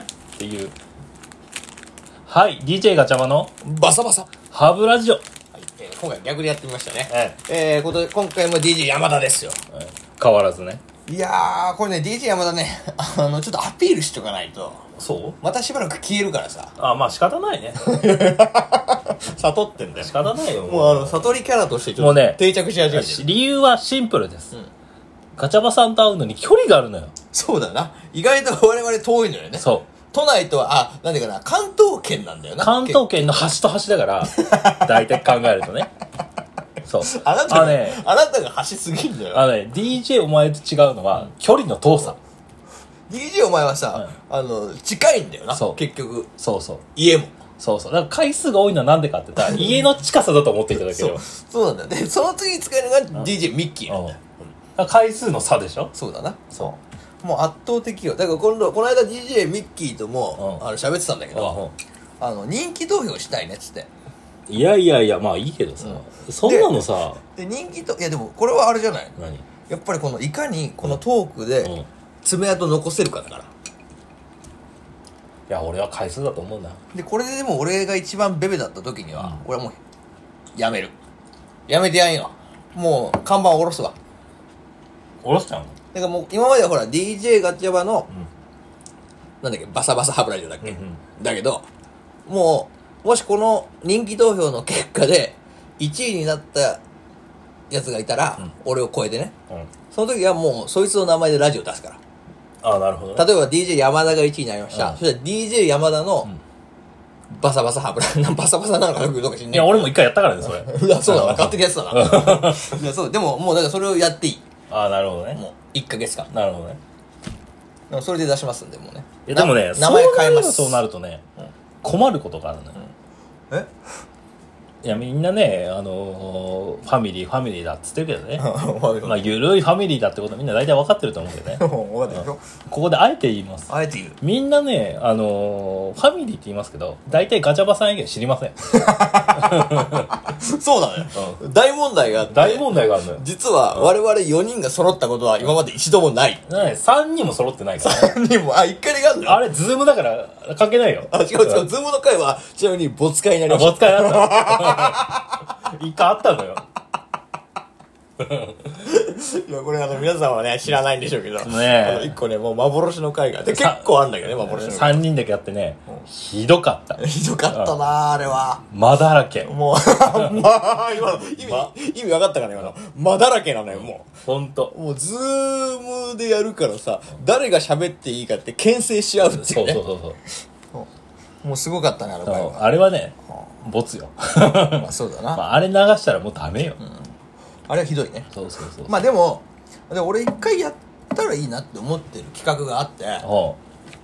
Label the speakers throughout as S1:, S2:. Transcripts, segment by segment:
S1: っていうはい DJ ガチャバの
S2: バサバサ、
S1: ハブラジオ
S2: はいえー今回逆でやってみましたね、
S1: え
S2: えーこと今回も DJ 山田ですよ
S1: え変わらずね
S2: いやーこれね DJ 山田ね あのちょっとアピールしとかないと
S1: そう
S2: またしばらく消えるからさ
S1: あまあ仕方ないね
S2: 悟ってんだよ
S1: 仕方 ないよ
S2: もうあの悟りキャラとしてちょ
S1: も
S2: っ
S1: うね
S2: と定着し始めてる、
S1: 理由はシンプルです、
S2: うん
S1: ガチャバさんと会うのに距離があるのよ
S2: そうだな意外と我々遠いのよね
S1: そ
S2: 都内とはあなんでかな関東圏なんだよ
S1: う
S2: な
S1: 関東圏の端と端だから 大体考えるとねそう
S2: あなたが、
S1: あね
S2: あなたが走りすぎんだよ。
S1: あのね DJ お前と違うのは距離の遠さ
S2: DJ お前はさ、あの、近いんだよな。
S1: そう
S2: 結局、
S1: そうそう
S2: 家も。
S1: そうそうだから回数が多いのはなんでかって言ったら家の近さだと思っていただけ
S2: そ
S1: れば
S2: う。そうなんだよ。で、その次に使えるのが DJ ミッキーなんだよ。
S1: うん回数の差でしょ
S2: そうだな。
S1: そ
S2: もう圧倒的よ。だから今度、この間 DJ ミッキーとも、
S1: うん
S2: あの、喋ってたんだけ
S1: う
S2: ど、あの、人気投票したいねっつって。
S1: いやいやいやまあいいけどさ、そんなのさ
S2: で、人気と、いやでも、これはあれじゃない
S1: 何
S2: やっぱりこの、いかにこのトークで
S1: うんい、
S2: 爪痕残せるかだから。
S1: や俺は回数だと思うな
S2: で、これででも俺が一番ベベだった時には、俺はもう、やめる。やめてやんよ。もう、看板を下ろすわ。
S1: おろしちゃうの
S2: だからもう、今まではほら、DJ ガチャバの、なんだっけ、バサバサ歯ブラシだっけ、
S1: うん
S2: だけど、もう、もしこの人気投票の結果で、1位になったやつがいたら、俺を超えてね。
S1: うん、うん、
S2: その時はもう、そいつの名前でラジオ出すから。
S1: ああなるほど、ね、
S2: 例えば DJ 山田が1位になりました。
S1: うん
S2: そしたら DJ 山田の、バサバサ歯ブラシ、 バサバサなのかよくどうか知ん
S1: い
S2: ない
S1: や。俺も一回やったからね それ
S2: いや、そうだな。勝手にやってた な。いや、そう。でも、もう、だからそれをやっていい。
S1: ああなるほどね
S2: もう、1ヶ月間。
S1: なるほどね
S2: でもそれで出しますんで、もうね。
S1: いやでもね
S2: な名前変えます。
S1: そうなるとね、困ることがあるのよ、
S2: え
S1: いやみんなねあのーファミリーファミリーだっつってるけどね、
S2: わか
S1: まあ緩いファミリーだってことはみんな大体分かってると思うけどね
S2: ったでしょ
S1: ここであえて言います
S2: あえて言う。
S1: みんなね、あのーファミリーって言いますけど、大体ガチャバさん以外知りません。
S2: そうなのよ。大問題があって。
S1: 大問題があるのよ。
S2: 実は、我々4人が揃ったことは今まで一度もない。
S1: な3人も揃ってないから、
S2: にも、あ、一回だけあるんだ
S1: あ
S2: よ。
S1: れ、ズームだから関係ないよ。
S2: あ、違う違う。ズームの回は、ちなみに、没会になり
S1: あ、
S2: まし
S1: ボツ会 あったの。一回あったのよ。
S2: た。いや、これ、あの、皆さんはね、知らないんでしょうけど。
S1: ねえ
S2: あの一個ね、もう幻の回が。で、結構あるんだけどね、幻の回。
S1: 3人だけやってね、ひどかった。
S2: ひどかったなあれは。
S1: 間だらけ。
S2: もう、 まあ、今の意味、意味分かったかね、今の。間だらけなのよ、も
S1: ほんと
S2: う。。もう、ズームでやるからさ、誰が喋っていいかって牽制し合うんです
S1: そ
S2: よ
S1: うそ
S2: ね
S1: う。そう そう。
S2: もうすごかったね、あの
S1: あ
S2: 回
S1: の
S2: は。
S1: あれはね、ボ ツよ。
S2: まあ、そうだ
S1: ま
S2: な。
S1: あ、あれ流したらもうダメよ。
S2: あれはひどいね。
S1: そうそうそう。
S2: まあ、でも、で俺一回やったらいいなって思ってる企画があって、
S1: ほ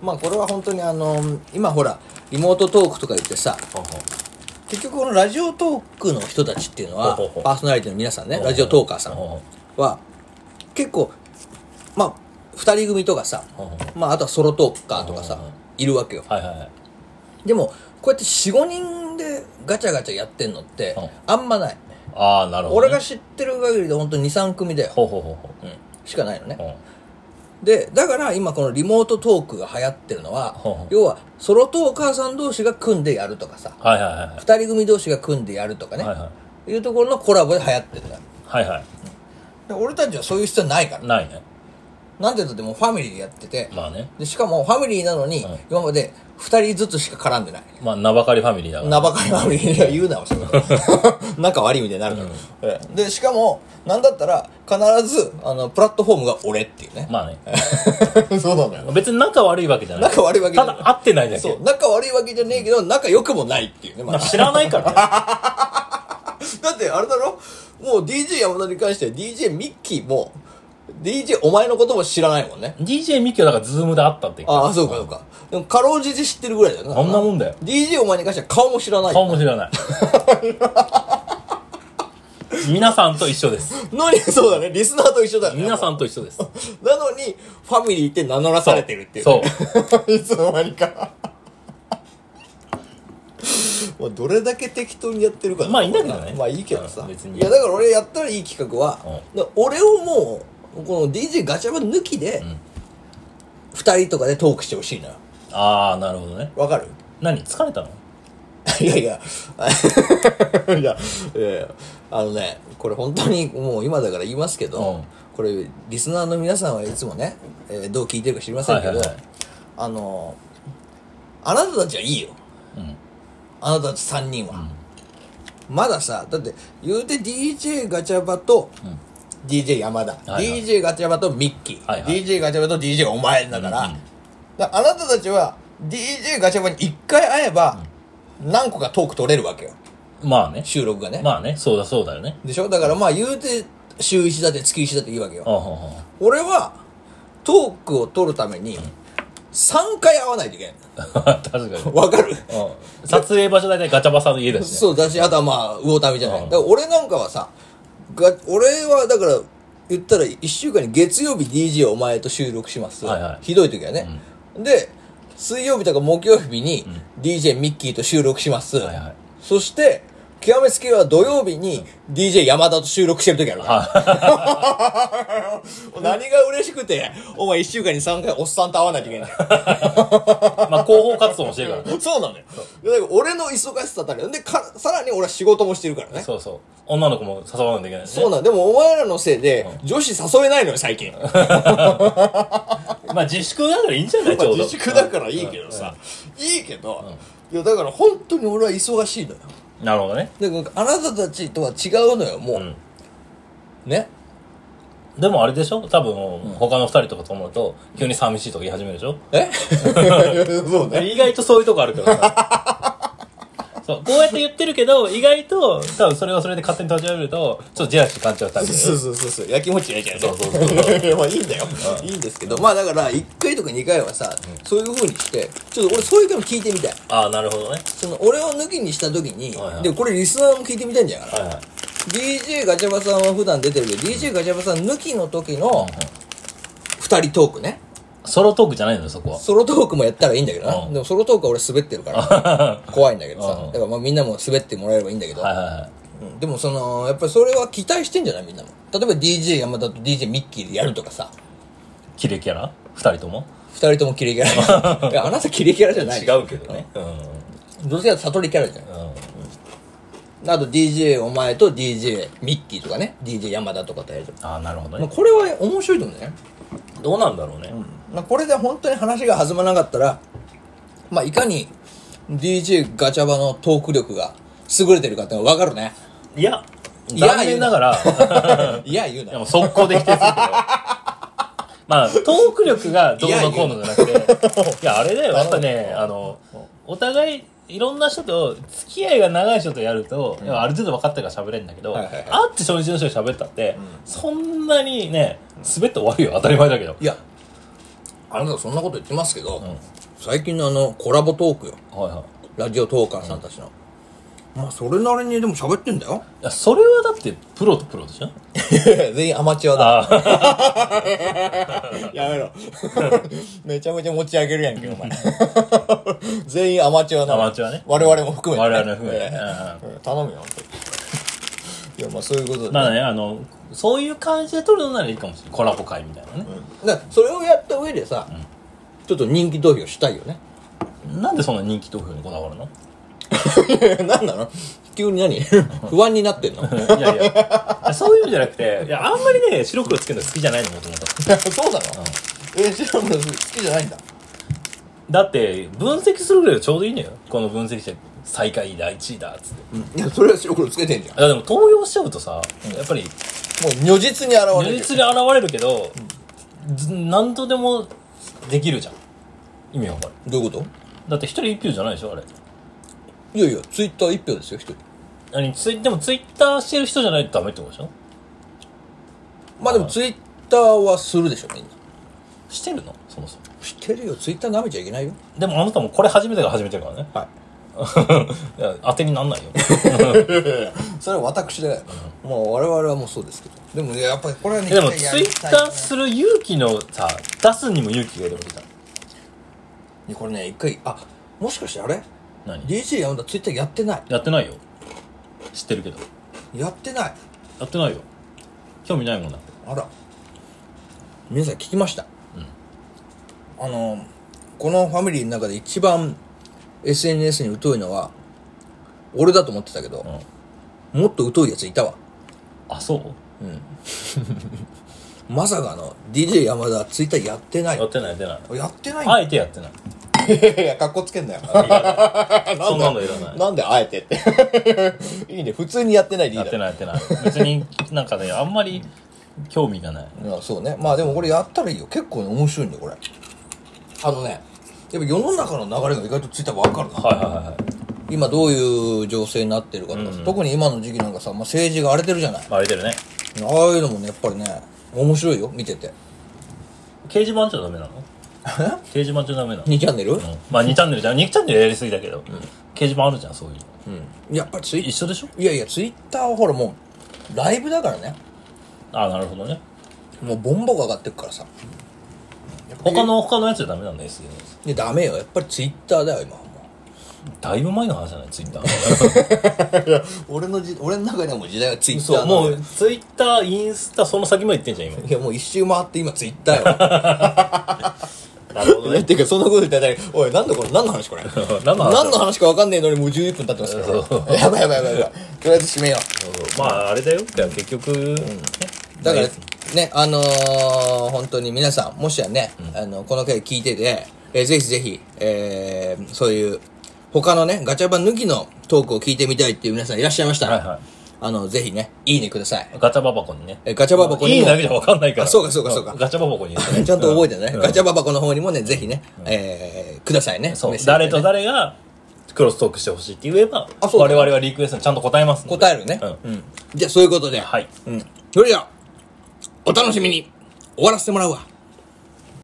S2: まあ、これは本当にあの、今ほら、リモートトークとか言ってさ、
S1: うほうほう
S2: 結局このラジオトークの人たちっていうの
S1: ほ
S2: は
S1: うほうほう
S2: パーソナリティの皆さんね
S1: ほうほう
S2: ラジオトーカーさん
S1: ほうほ
S2: は結構まあ2人組とかさ
S1: ほうほ
S2: まああとはソロトーカーとか
S1: ほう
S2: さ
S1: ほうほ
S2: いるわけよ
S1: はいはいはい。
S2: でもこうやって45人でガチャガチャやってんのって
S1: ほう
S2: あんまない
S1: ああ、なるほど、ね。
S2: 俺が知ってる限りで本当に23組だよ
S1: ほうほうほうほう。
S2: うんしかないのね
S1: うん
S2: でだから今このリモートトークが流行ってるのは
S1: ほうほう
S2: 要はソロトーカーさん同士が組んでやるとかさ
S1: はいはいはいはい。
S2: 2人組同士が組んでやるとかね
S1: はいはい
S2: いうところのコラボで流行ってるんだ
S1: はいは
S2: で俺たちはそういう必要ないから
S1: い。ないね。
S2: なんでだってもうファミリーでやってて、
S1: まあね。
S2: でしかもファミリーなのに、
S1: うん
S2: 今まで2人ずつしか絡んでない
S1: まあ、名ばかりファミリーだから。
S2: 名ばかりファミリーで言うなおそれ 仲悪いみたいになるから、ええでしかもなんだったら必ずあのプラットフォームが俺っていうね、
S1: まあね。
S2: そうなのよ
S1: 別に仲悪いわけじゃない。
S2: 仲悪いわけじゃない
S1: ただ会ってないだけ。
S2: そう仲悪いわけじゃねえけど仲良くもないっていうね、ま
S1: ま
S2: あ
S1: あ、知らないからね。
S2: だってあれだろもう DJ 山田に関しては DJ ミッキーも DJ お前のことも知らないもんね
S1: DJ ミキはだからズームで会ったって言って
S2: ああそうかそうかでもかろうじて知ってるぐらいだよな
S1: そんなもんだよ。
S2: DJ お前に関しては顔も知らない
S1: 顔も知らない。皆さんと一緒です。
S2: のにそうだねリスナーと一緒だよね
S1: 皆さんと一緒です。
S2: なのにファミリーって名乗らされてるっていう
S1: そう
S2: ね、う いつの間にか まあどれだけ適当にやってるかな
S1: まあいいんだけどね
S2: まあいいけどさ、
S1: うん別に
S2: いやだから俺やったらいい企画は、だから俺をもうこの DJ ガチャバ抜きで、二2人とかでトークしてほしいのよ
S1: ああなるほどね
S2: わかる
S1: 何疲れたの
S2: いやいや、いや、いやいや、あのね、これ本当にもう今だから言いますけど、
S1: うん
S2: これ、リスナーの皆さんはいつもね、えーどう聞いてるか知りませんけど、
S1: はいはいはい
S2: あの、あなたたちはいいよ。
S1: うん
S2: あなたたち3人は。まださ、だって、言うて DJ ガチャバと、DJ 山田、
S1: はいはい
S2: DJ ガチャバとミッキー、
S1: はいはい
S2: DJ ガチャバと DJ お前だから、
S1: うんうん
S2: だからあなたたちは DJ ガチャバに1回会えば、何個かトーク取れるわけよ。
S1: まあね
S2: 収録がね。
S1: まあねそうだそうだよね
S2: でしょだからまあ言うて、週1だって月1だっていいわけよ。
S1: あああ
S2: 俺は、トークを取るために、3回会わないといけない。
S1: あ 確かに
S2: わかる
S1: うん撮影場所大体ガチャバさんの家だしね
S2: そうだし、あとはまあ、魚旅じゃない。
S1: うん
S2: だから俺なんかはさ、が俺はだから、言ったら1週間に月曜日 DJ お前と収録します。
S1: はいはい
S2: ひどい時はね、で、水曜日とか木曜日に DJ ミッキーと収録します。
S1: はいはい
S2: そして、極めつけは土曜日に DJ 山田と収録してる時あるから。 何が嬉しくて、お前1週間に3回おっさんと会わないといけない。
S1: まあ広報活動もしてるからね
S2: そうなのよ。だから俺の忙しさたるよ。で、かさらに俺は仕事もしてるからね。
S1: そうそう女の子も誘わないといけないしね
S2: そうなんでもお前らのせいで、女子誘えないの よ、最近。
S1: まあ自粛だからいいんじゃないち
S2: まあ
S1: ょうど
S2: 自粛だからいいけどさ。いいけど、いや、だから本当に俺は忙しいのよ。
S1: なるほどね
S2: で、なんかあなたたちとは違うのよ、もう。
S1: ん
S2: ね。
S1: でもあれでしょ多分他の二人とかと思うと急に寂しいとか言い始めるでしょ
S2: えそうね。
S1: 意外とそういうとこあるからさ そうこうやって言ってるけど意外と多分それはそれで勝手に立ち上げるとちょっとジェラシー感じちゃうタイプだよ
S2: そうそうそうそう。焼きもち焼いちゃうね。
S1: そうそうそう
S2: まあいいんだよ。いいんですけど。まあだから、1回とか2回はさ、そういう風にして、ちょっと俺そういうのも聞いてみたい。
S1: ああなるほどね
S2: その、俺を抜きにした時に
S1: はいは、い
S2: で、これリスナーも聞いてみたいんじゃないかな。
S1: はいはい
S2: DJ ガチャバさんは普段出てるけど、DJ ガチャバさん抜きの時の、二人トークね。
S1: ソロトークじゃないのよそ こは
S2: ソロトークもやったらいいんだけどな。
S1: うん
S2: でもソロトークは俺滑ってる から、怖いんだけどさ
S1: う。ん
S2: だからまあみんなも滑ってもらえればいいんだけど。
S1: はいはいはい
S2: うんでもその、やっぱりそれは期待してんじゃないみんなも。例えば DJ 山田と DJ ミッキーでやるとかさ。
S1: キレキャラ二人とも
S2: 二人ともキレキャ ラ。いや、あなたキレキャラじゃない。
S1: 違うけどねうん
S2: どっちかというと悟りキャラじゃない。あと DJ お前と DJ ミッキーとかね。DJ 山田とかとやるとか。
S1: ああなるほど
S2: まあ
S1: ね
S2: これは面白いと思うんだよね。
S1: どうなんだろうね
S2: まあ、これで本当に話が弾まなかったら、まあ、いかに DJ ガチャバのトーク力が優れてるかってのが分かるね。
S1: いや
S2: いや
S1: 残念ながら
S2: いや、言うない
S1: や。もう速攻で否定す るけどまあ、トーク力がどうのこうのじゃなくて、いや、あれだよ、やっぱね、あの、お互い、いろんな人と、付き合いが長い人とやると、いやある程度分かってるから喋れるんだけど、
S2: は
S1: 会
S2: い
S1: っ
S2: はいはい
S1: て初日の人に喋ったって、そんなにね、滑って終わるよ、当たり前だけど。
S2: いや、あなたそんなこと言ってますけど、最近のあの、コラボトークよ。
S1: はいはい。
S2: ラジオトーカーさんたちの。まあ、それなりにでも喋ってんだよ。
S1: いや、それはだって、プロとプロでしょ
S2: 全員アマチュアだ。
S1: ああ、
S2: やめろ。めちゃめちゃ持ち上げるやんけ、お前。 全員アマチュアなの
S1: アマチュアね
S2: 我々も含めて、
S1: 我々も含めてね
S2: ええ頼むよ、本当にいや、まあそういうことで、ね。
S1: まあね、あの、そういう感じで撮るのならいいかもしれない。コラボ会みたいなね。
S2: だからそれをやった上でさ、ちょっと人気投票したいよね
S1: なんでそんな人気投票にこだわるの
S2: 何なの急に 何不安になってんのそう
S1: いやいや、そういう意味じゃなくて、いや、あんまりね、白黒つけるの好きじゃないの、もともと。
S2: なの、えシラム好きじゃないんだ
S1: だって、分析するぐらいがちょうどいいんだよ。この分析して、最下位だ、1位だ、つって。い
S2: いやそれは白黒つけてんじゃん
S1: や、でも、投票しちゃうとさ、やっぱり、
S2: もう如実に現
S1: 如
S2: れる
S1: 実に現れるけど、ず何とでもできるじゃん。意味わかる。
S2: どういうこ
S1: だって、一人一票じゃないでしょ、あれ。
S2: といやいやツイッター一票ですよ一人
S1: 何ツイでも、ツイッターしてる人じゃないとダメってことでしょ
S2: まあでもツイッターはするでしょみんな
S1: してるのそもそも。
S2: 知ってるよツイッター舐めちゃいけないよ
S1: でも、あなたもこれ初めてが初めてだからね。
S2: はい
S1: いや当てになんないよ。
S2: それは私で、もう我々はもうそうですけどでもねやっぱりこれはね
S1: でも、
S2: 一
S1: ツ
S2: 回
S1: イ
S2: やり
S1: ッ
S2: たい
S1: ターする勇気のさ、出すにも勇気がいるわけじゃん。
S2: ねこれね一回あもしかしてあれ
S1: 何
S2: DJ 山田ツイッターやってない
S1: やってないよ。知ってるけど。
S2: やってない
S1: やってないよ。興味ないもんだって。
S2: あら皆さん聞きました、あのこのファミリーの中で一番 SNS に疎いのは、俺だと思ってたけど、もっと疎いやついたわ。
S1: あ、そう
S2: まさかの DJ 山田ツイッターやってない
S1: や。ってない、やってない。
S2: やってないん
S1: あえてやってない。
S2: いやいや、かっこつけんなよ。
S1: そんなのいらない。
S2: なんであえてって。 いいね、普通にやってないでい
S1: や
S2: い
S1: っ
S2: だ
S1: て
S2: ろ
S1: ない、やってない。別になんかね、あんまり興味がない。
S2: いやそうね。まあでもこれやったらいいよ。結構ね、面白いんだよ、これ。あのね、やっぱ世の中の流れが意外とツイッターわかるな。
S1: はいはいはいはい。
S2: 今どういう情勢になってるかとか、特に今の時期なんかさ、まあ、政治が荒れてるじゃない。
S1: あれだよね。
S2: ああいうのもね、やっぱりね、面白いよ、見てて。
S1: 掲示板じゃダメなの掲示板じゃダメなの、
S2: 2チャンネル、う
S1: うんまあ2チャンネルじゃん。2チャンネルやりすぎだけど。掲示板あるじゃん、そういうの。
S2: ん。やっぱりツイ
S1: 一緒でしょ
S2: いやいや、ツイッターはほらもう、ライブだからね。
S1: あ、なるほどね。
S2: もうボンボが上がってくからさ。
S1: 他の、他のやつじゃダメなんだ、SNS。
S2: いや、ダメよ。やっぱりツイッターだよ、今はもう。
S1: だいぶ前の話じゃない、ツイッター。
S2: 俺のじ、俺の中ではもう時代はツイッター
S1: そう、
S2: も
S1: も
S2: う
S1: う、ツイッター、インスタ、その先まで行ってんじゃん、今。
S2: いや、もう一周回って今ツイッター よ。
S1: なるほど
S2: え、
S1: ね。
S2: てか、そんなこと言ったら、おい、なんだこれ、 何の話これ。
S1: 何の話
S2: 何の話かわかんねえのにもう11分経ってますから。やばいやばいやばいやばい。とりあえず締めよう。
S1: まあ、あれだよ。だから結局、ね
S2: だから、ね、あのー、本当に皆さん、もしやね、あの、この回聞いてて、えーぜひぜひ、えーそういう、他のね、ガチャバ抜きのトークを聞いてみたいっていう皆さんいらっしゃいましたら、
S1: はいはい
S2: あの、ぜひね、いいねください。
S1: ガチャババコにね。
S2: えガチャババコにも
S1: いいだけじゃわかんないから。
S2: あそうかそうかそうか
S1: ガチャババコに。
S2: ちゃんと覚えてね、
S1: うん
S2: ガチャババコの方にもね、ぜひね、えーくださいね。
S1: そう
S2: メッセー、ジね
S1: 誰と誰がクロストークしてほしいって言えば、
S2: あそうだ
S1: 我々はリクエストにちゃんと答えますので
S2: 答えるね、
S1: うん
S2: うんじゃあそういうことで、
S1: はい。
S2: うん、それじゃあお楽しみに終わらせてもらうわ